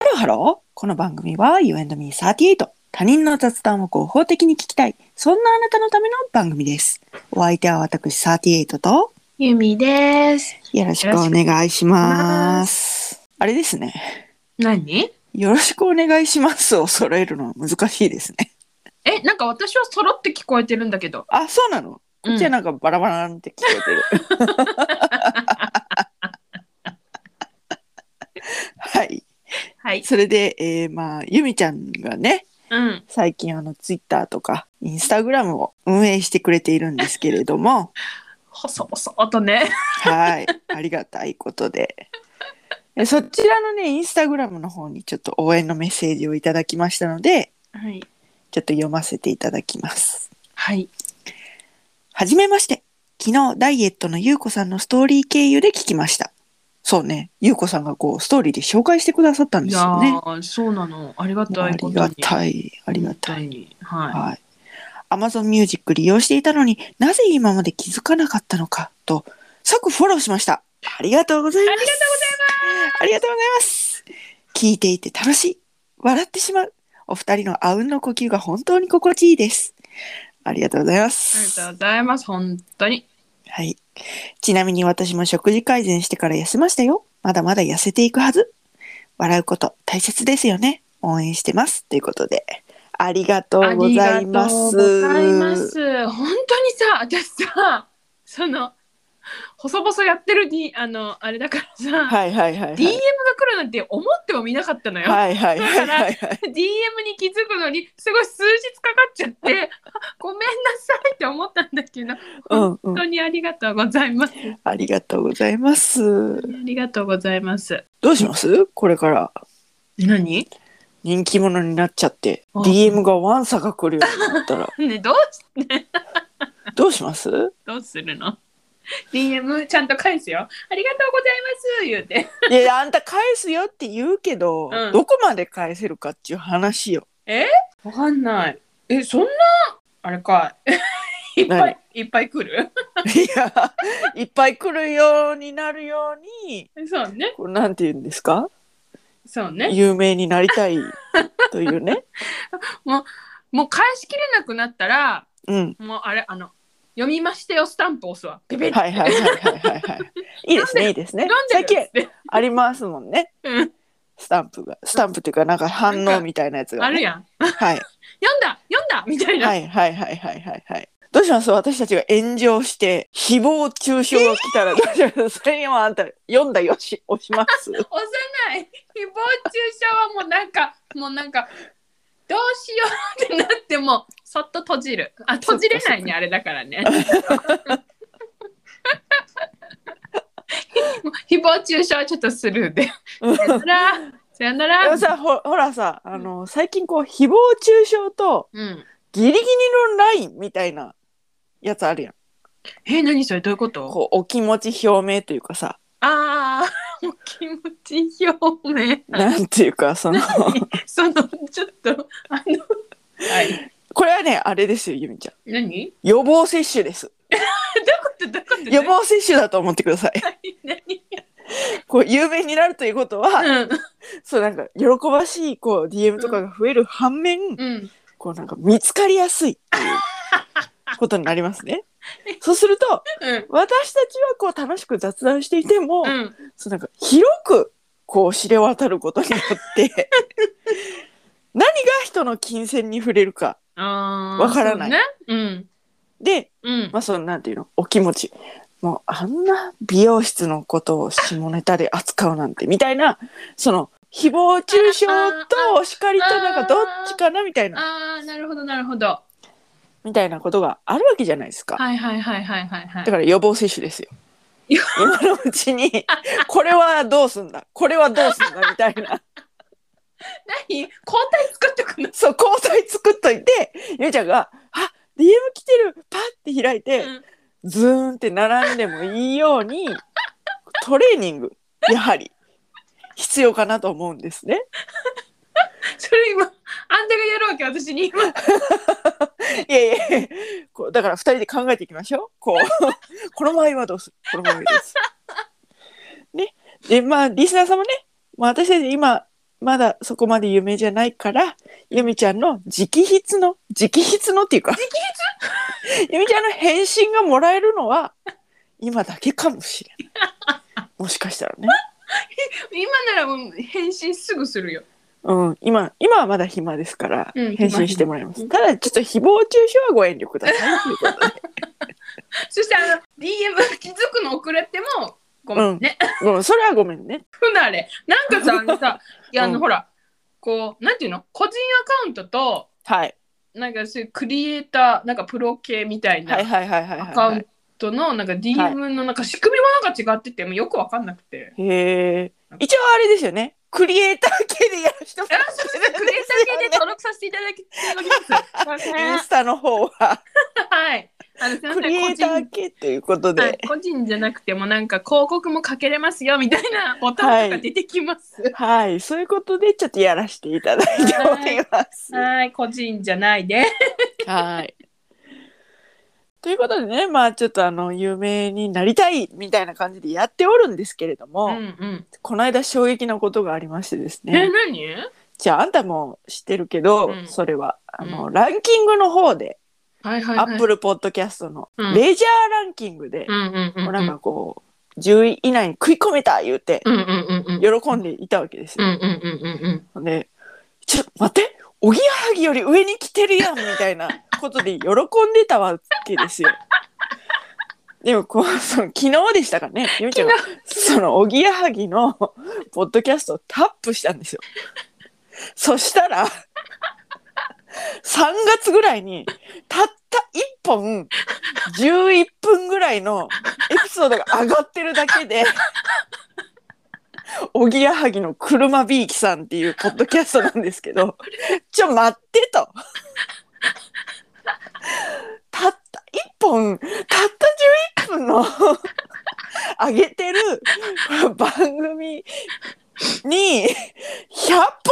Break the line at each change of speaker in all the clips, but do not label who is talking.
ロハローこの番組は You and me38 他人の雑談を合法的に聞きたいそんなあなたのための番組ですお相手は私38と
ゆみです。
よろしくお願いしますあれですね
何
よろしくお願いしますを 揃えるのは難しいですね
え、なんか私は揃って聞こえてるんだけど。
あそうなのこっちはな
な
んかバラバラなんて聞こえてる、 はい
はい。
それで、えーまあゆみちゃんがね
うん。
最近あのツイッターとかインスタグラムを運営してくれているんですけれど も
細々とね。
はいありがたいことでえそちらのねインスタグラムの方にちょっと応援のメッセージをいただきましたので
はい。
ちょっと読ませていただきます
はい。
はじめまして昨日ダイエットのゆうこさんのストーリー経由で聞きましたそうねゆうこさんがこうストーリーで紹介してくださったんで
い
す
や
よね
ー、そうなの。ありがた
あ
いこ
り
とに。
がたいありがたい
本当に。は
はい。Amazon Music 利用していたのになぜ今まで気づかなかったのかと即フォローしました。ありがとうございます。ありがとうございます。聞いていて楽しい。笑ってしまう。お二人のあうんの呼吸が本当に心地いいです。ありがとうございま
い。あり
す。
がとうございます。本当に。
はい。ちなみに私も食事改善してから痩せましたよ。まだまだ痩せていくはず。笑うこと大切ですよね。応援してます。ということで。ありがと
あ
うご
り
ざ
が
い
とう
ま
ご
す。
ざいます。本当にさ、私さ、その、細々やってる、D、あの、あれだからさ、
はいはいはいはい。
DM が来るなんて思ってもみなかったのよ。
はいはいはいはい はい。
DM に気づくのにすごい数日かかっちゃって あごめんなさいって思ったんだけど
うんう
本
ん。
当にありがとうございます、
ありがとうございます。
ありがとうございます
どうしますこれから
何
人気者になっちゃって、
うん
DM がワンサが来るようになったら、
ねどうし
どうします
どうするの DM ちゃんと返すよありがとうございます言うて
いや、あんた返すよって言うけど、
うん
どこまで返せるかっていう話よ。
わかんないえそんなあれか いっぱいいっぱい来る
いや、いっぱい来るようになるように、
そうね
こうなんて言うんですか
そうね
有名になりたいという ね。
もう返しきれなくなったら
うん。
もうあれあの読みましたよスタンプ押すわペペ
は
ッ
いはいはいはいはいはい。いいですね、いいですね。
読
最
んでる
近
っつって
ありますもんね。
うん
スタンプがスタンプっていうかなんか反応みたいなやつが
ある
ね、
やん
はい、
読んだ読んだみたいな、
はいはいはいはいはいはいどうします私たちが炎上して誹謗中傷が来たらどうします それにもあんた読んだよし押します
押さない誹謗中傷はもうなんかもうなんかどうしようってなってもそっと閉じるあ閉じれないねあれだからね もう誹謗中傷はちょっとスルーでさよならさよな
で
ら
もさほほらさあの最近こう誹謗中傷と
うん、
ギリギリのラインみたいなやつあるやん
え何それどういうこと
こうお気持ち表明というかさ
ああもう気持ち表明
なんていうか その
そのちょっとあのはい
これはねあれですよゆみちゃん
何
予防接種です
どういうことどういうこと
予防接種だと思ってください
何
こう有名になるということは、
うん
そうなんか喜ばしいこう DM とかが増える反面、
うん、
こうなんか見つかりやすいっていうことになります ね。そうすると
うん、
私たちはこう楽しく雑談していても、
うん、
そうなんか広くこう知れ渡ることによって何が人の金銭に触れるか
あー
わからない
そうね、
で、
うん、うん、
まあ、そのなんていうのお気持ちもうあんな美容室のことを下ネタで扱うなんてみたいなその誹謗中傷とお叱りとなんかどっちかなみたいな
ああ、なるほど、なるほど。
みたいなことがあるわけじゃないですか。
はい、はい、はい、はい、はい、は
だ
い。
から予防接種ですよ。
予
今のうちに、これはどうすんだ、これはどうすんだみたいな。
何、抗体作っとくの。
そう、交際作っといて、ゆうちゃんが、あ、DM 来てる、パッて開いて、
うん
ズーンって並んでもいいように、トレーニング、やはり、必要かなと思うんですね。
それ今、あんたがやるわけ、私に今。
いやいやいやこうだから二人で考えていきましょう。こう この場合はどうするこの場合です。ね。でまあリスナーさんもね、まあ、私たち今まだそこまで有名じゃないから、ゆみちゃんの直筆の、直筆のっていうか、直筆 ゆみちゃんの返信がもらえるのは、今だけかもしれない。もしかしたらね。
今ならもう返信すぐするよ。
うん、今、今はまだ暇ですから、
うん
返信してもらいま
暇
す。ただ、ちょっと誹謗中傷はご遠慮くださいということで。
そしてあの DM 気づくの遅れてもごめんね。
うん、それはごめんね。
不慣れ。なんかさ、あ のさ、いやあの、
うん
ほら、こう、なんていうの個人アカウントと、
はい。
なんかそういうクリエイター、なんかプロ系みたいな
はいはいはいはい、
アカウ
は
ントの、なんか DM のなんか仕組みもなんか違ってて、もうよくわかんなくて。
い。へえ。一応あれですよね。クリエイター系でやる人もい
あ
るん
そう
です
そ
よ
う
ね
クリエイター系で登録させていただき ます。すいませ
イ
ん
ンスタの方は
はい。あの、すいません
クリエイタ
個
ー
人
系ということ
はい
で、
個人じゃなくてもなんか広告もかけれますよみたいなボタンとか出てきます。
はい、そういうことでちょっとやらせていただいております。
はい、個人じゃないで。
はい。ということでね、まあちょっとあの有名になりたいみたいな感じでやっておるんですけれども、
うんうん。
この間衝撃なことがありましてです
え、
ね。
何？
じゃああんたも知ってるけど、
うん
それはあの、
う
ランキングの方で、
はいはい
ア
はい。
ップルポッドキャストの
うん
レジャーランキングで
う、んうんうん
も
う。
うんなんかこう10位以内に食い込めた言うて
うんうんうんうん。
喜んでいたわけですよ
うんうんうんうんうん。
で、ちょっと待って、おぎやはぎより上に来てるやんみたいなことで喜んでたわけですよ。でもこうその昨日でしたかね、ゆみちゃんがそのおぎやはぎのポッドキャストをタップしたんですよ。そしたら、3月ぐらいにたった1本11分ぐらいのエピソードが上がってるだけで。おぎやはぎの車びいきさんっていうポッドキャストなんですけど、ちょ、待ってと。たった1本、たった11分の上げてる番組に100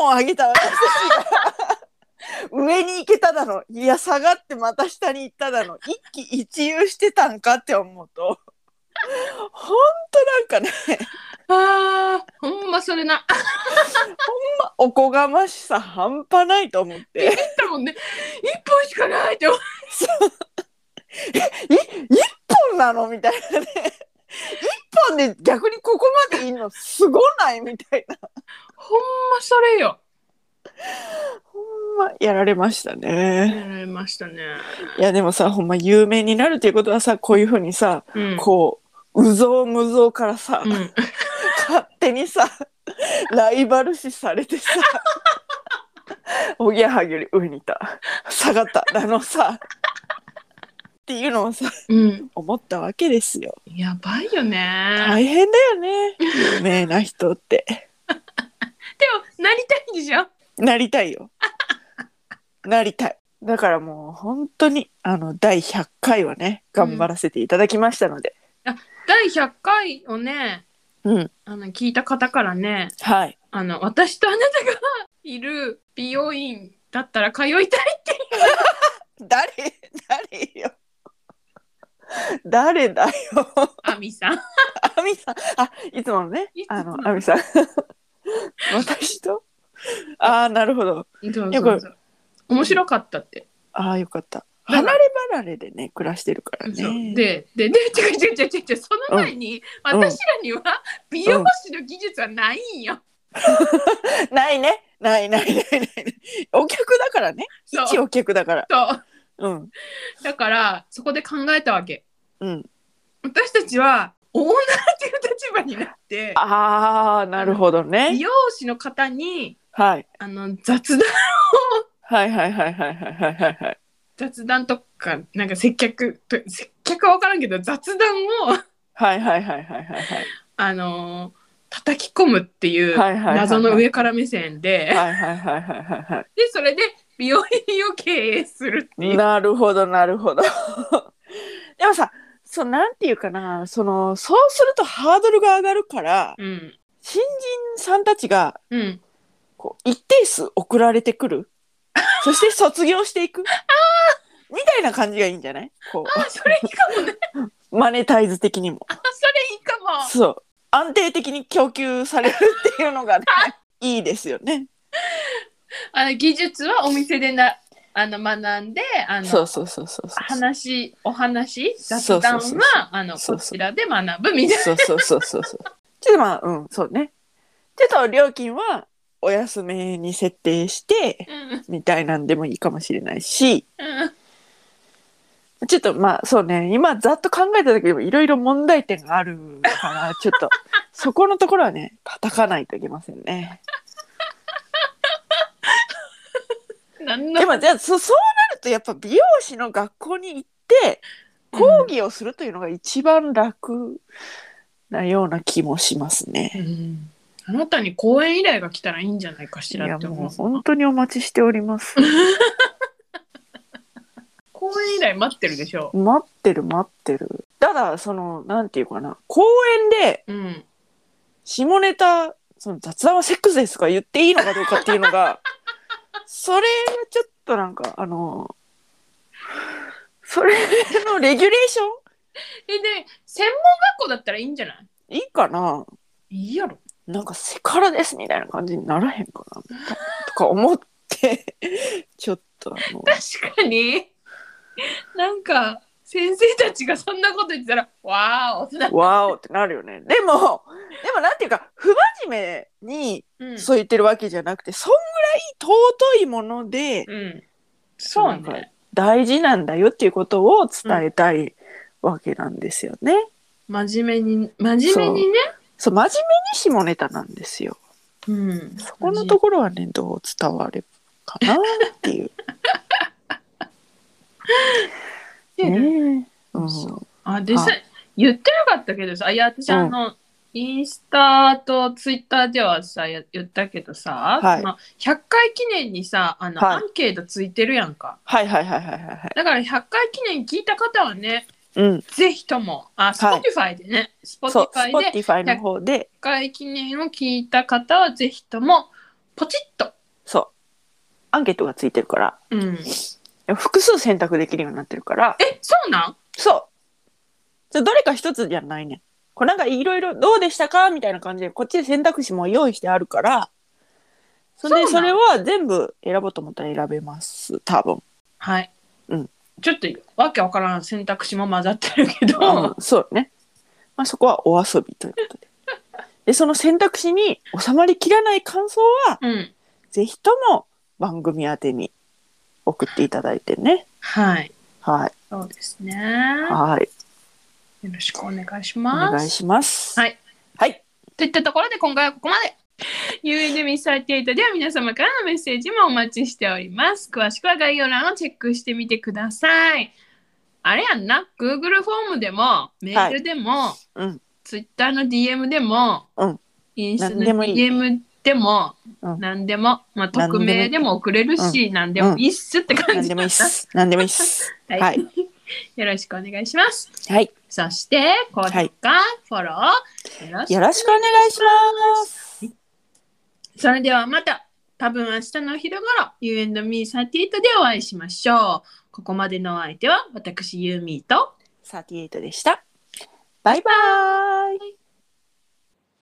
本上げた私たちが上に行けただの、いや、下がってまた下に行っただの、一喜一憂してたんかって思うと、ほんとなんかね、
ああ、ほんまそれな。あっ
おこがましさ半端ないと思 って
たもんね。一本しかないって思う。
「い1本なの?」みたいなね1本で逆にここまでいいのすごないみたいな
ほんまそれよ。
ほんまやられましたね
やられましたね。
いやでもさほんま有名になるっていうことはさこういうふうにさ、
うん。
こううぞうむぞうからさ、
うん。
勝手にさライバル視されてさおぎやはぎより上にいた下がったあのさっていうのをさ
うん。
思ったわけですよ。
やばいよね。
大変だよね有名な人って
でもなりたいんでしょ？
なりたいよなりたいだからもう本当にあの第100回はね頑張らせていただきましたので
第100回をね、
うん、
あの聞いた方からね、
はい
あの私とあなたがいる美容院だったら通いたい。
誰誰よ誰だよ
あみさん。
あみさんあいつものね
いつも
あ
の
のあみさん 私とああなるほど
そう
や
そ
こ
う
れ
そう。面白かったって。
ああよかった
だか
離
ら
れ離れでね暮らしてるから
そう
ね
ででで違う違う違う違う違うその前に、
うん
私らには美容師の技術はないんよ。
ないねないないないないないお客だからね
そう
一お客だから
そう
うん
だからそこで考えたわけ。
うん
私たちはオーナーっていう立場になって
ああなるほど
美
ね、
容師の方に
はい、
あの雑談
はいはいはいはいはいはいはいはい
雑談とかなんか接客と接客は分からんけど雑談を
はいはいはいはいはい
あのー叩き込むっていう
はいはいはいはい
謎の上から目線で
はいはいはいはいはいは
でそれで美容院を経営するってい。
いうなるほどなるほどでもさそうなんていうかなそのそうするとハードルが上がるから
うん
新人さんたちが
うん、
こう一定数送られてくるそして卒業していくみたいな感じがいいんじゃないこう
あそれいいかもね
マネタイズ的にも
あそれいいかも
そう安定的に供給されるっていうのがねいいいですよね。
あの技術はお店でなあの学んであの
そうそうそうそうそう。
話お話
そうそうそう
雑談
そう
はあの
そう
こ
そう
ちらで学ぶみたいな
そうそうそうそうそう。ちょっとまあうんそうね。ちょっと料金はお安めに設定して
うん
みたいなんでもいいかもしれないし。
うん
ちょっとまあそうね今ざっと考えただけでもいろいろ問題点があるからちょっとそこのところはね叩かないといけませんね。
何の
でもじゃあそそうなるとやっぱ美容師の学校に行って講義をするというのが一番楽なような気もしますね。
うんあなたに講演依頼が来たらいいんじゃないかし
い
ら
や
って
も
思
う
う
本当にお待ちしており ます。
講演依頼待ってるでしょ
待ってる待ってる。ただそのなんていうかな公園で
うん
下ネタその雑談はセックスですとか言っていいのかどうかっていうの がそれがちょっとなんかあのそれのレギュレーショ
えで専門学校だったらいいんじゃない
ンいいかない
いやろ
なんかセカラですみたいな感じにならへんかなとか思ってちょっとあの
確かになんか先生たちがそんなこと言ってたら「わーお」ってな
わーおってなるよねでもでもなんていうか不真面目に
うん
そう言ってるわけじゃなくて、そんぐらい尊いもので
うん、そう
なんか
ね
大事なんだよっていうことを伝えたいわけなんですよね。
真面目に真面目にね
そう真面目に下ネタなんですよ。
うんそ
このところはねどう伝わるかなっていう。 ねえ、うん、
そ
そ
あでさ
は
言ってなかったけどさいや私
うん
あの、インスタとツイッターではさや言ったけどさ、
はい
まあ、100回記念にさあの、
はい
アンケートついてるやんか
はいはいはいはいはいはい。
だから100回記念聞いた方はね
うん、
ぜひともあ
はい
Spotify でね、
そう、
Spotify で
Spotify の方で、
100回記念を聞いた方はぜひともポチッと、
そう、アンケートがついてるから、
うん、
複数選択できるようになってるから、
えそうなん
そう。そうどれか一つじゃないねん。こうなんかいろいろどうでしたかみたいな感じで、こっちで選択肢も用意してあるから、それで
そ
そう
な
れ
ん
は全部選ぼうと思ったら選べます。多分。
はい、
うん
ちょっとわけわからん選択肢も混ざってるけど、
うん、そうね。まあそこはお遊びということで。 で、その選択肢に収まりきらない感想は、
うん、
ぜひとも番組宛てに送っていただいてね。
はい
はい。
そうですね
はい。
よろしくお願いし
お
ます。
願いします。
はい。
はい。
といったところで今回はここまで。UNM サイテートでは皆様からのメッセージもお待ちしております。詳しくは概要欄をチェックしてみてください。あれやんな、Google フォームでも、メールでも、
うん。
Twitter の DM でも、
うん
インスタの
何でもいい
DM でも、
うん
何でも、まあ、
何で
匿
もいい
名でも送れるし、何でもいいっすって感
何
じ
でもいいっす。何でもいいっす。
はい
はい
よろしくお願いします。
はい。
そして、高評価、フォロー、よろしく
よろしくお願いします。
それではまた多分明日のお昼ごろ You and me38 でお会いしましょう。ここまでのお相手は私ユーミーと
38でした。バイバイ。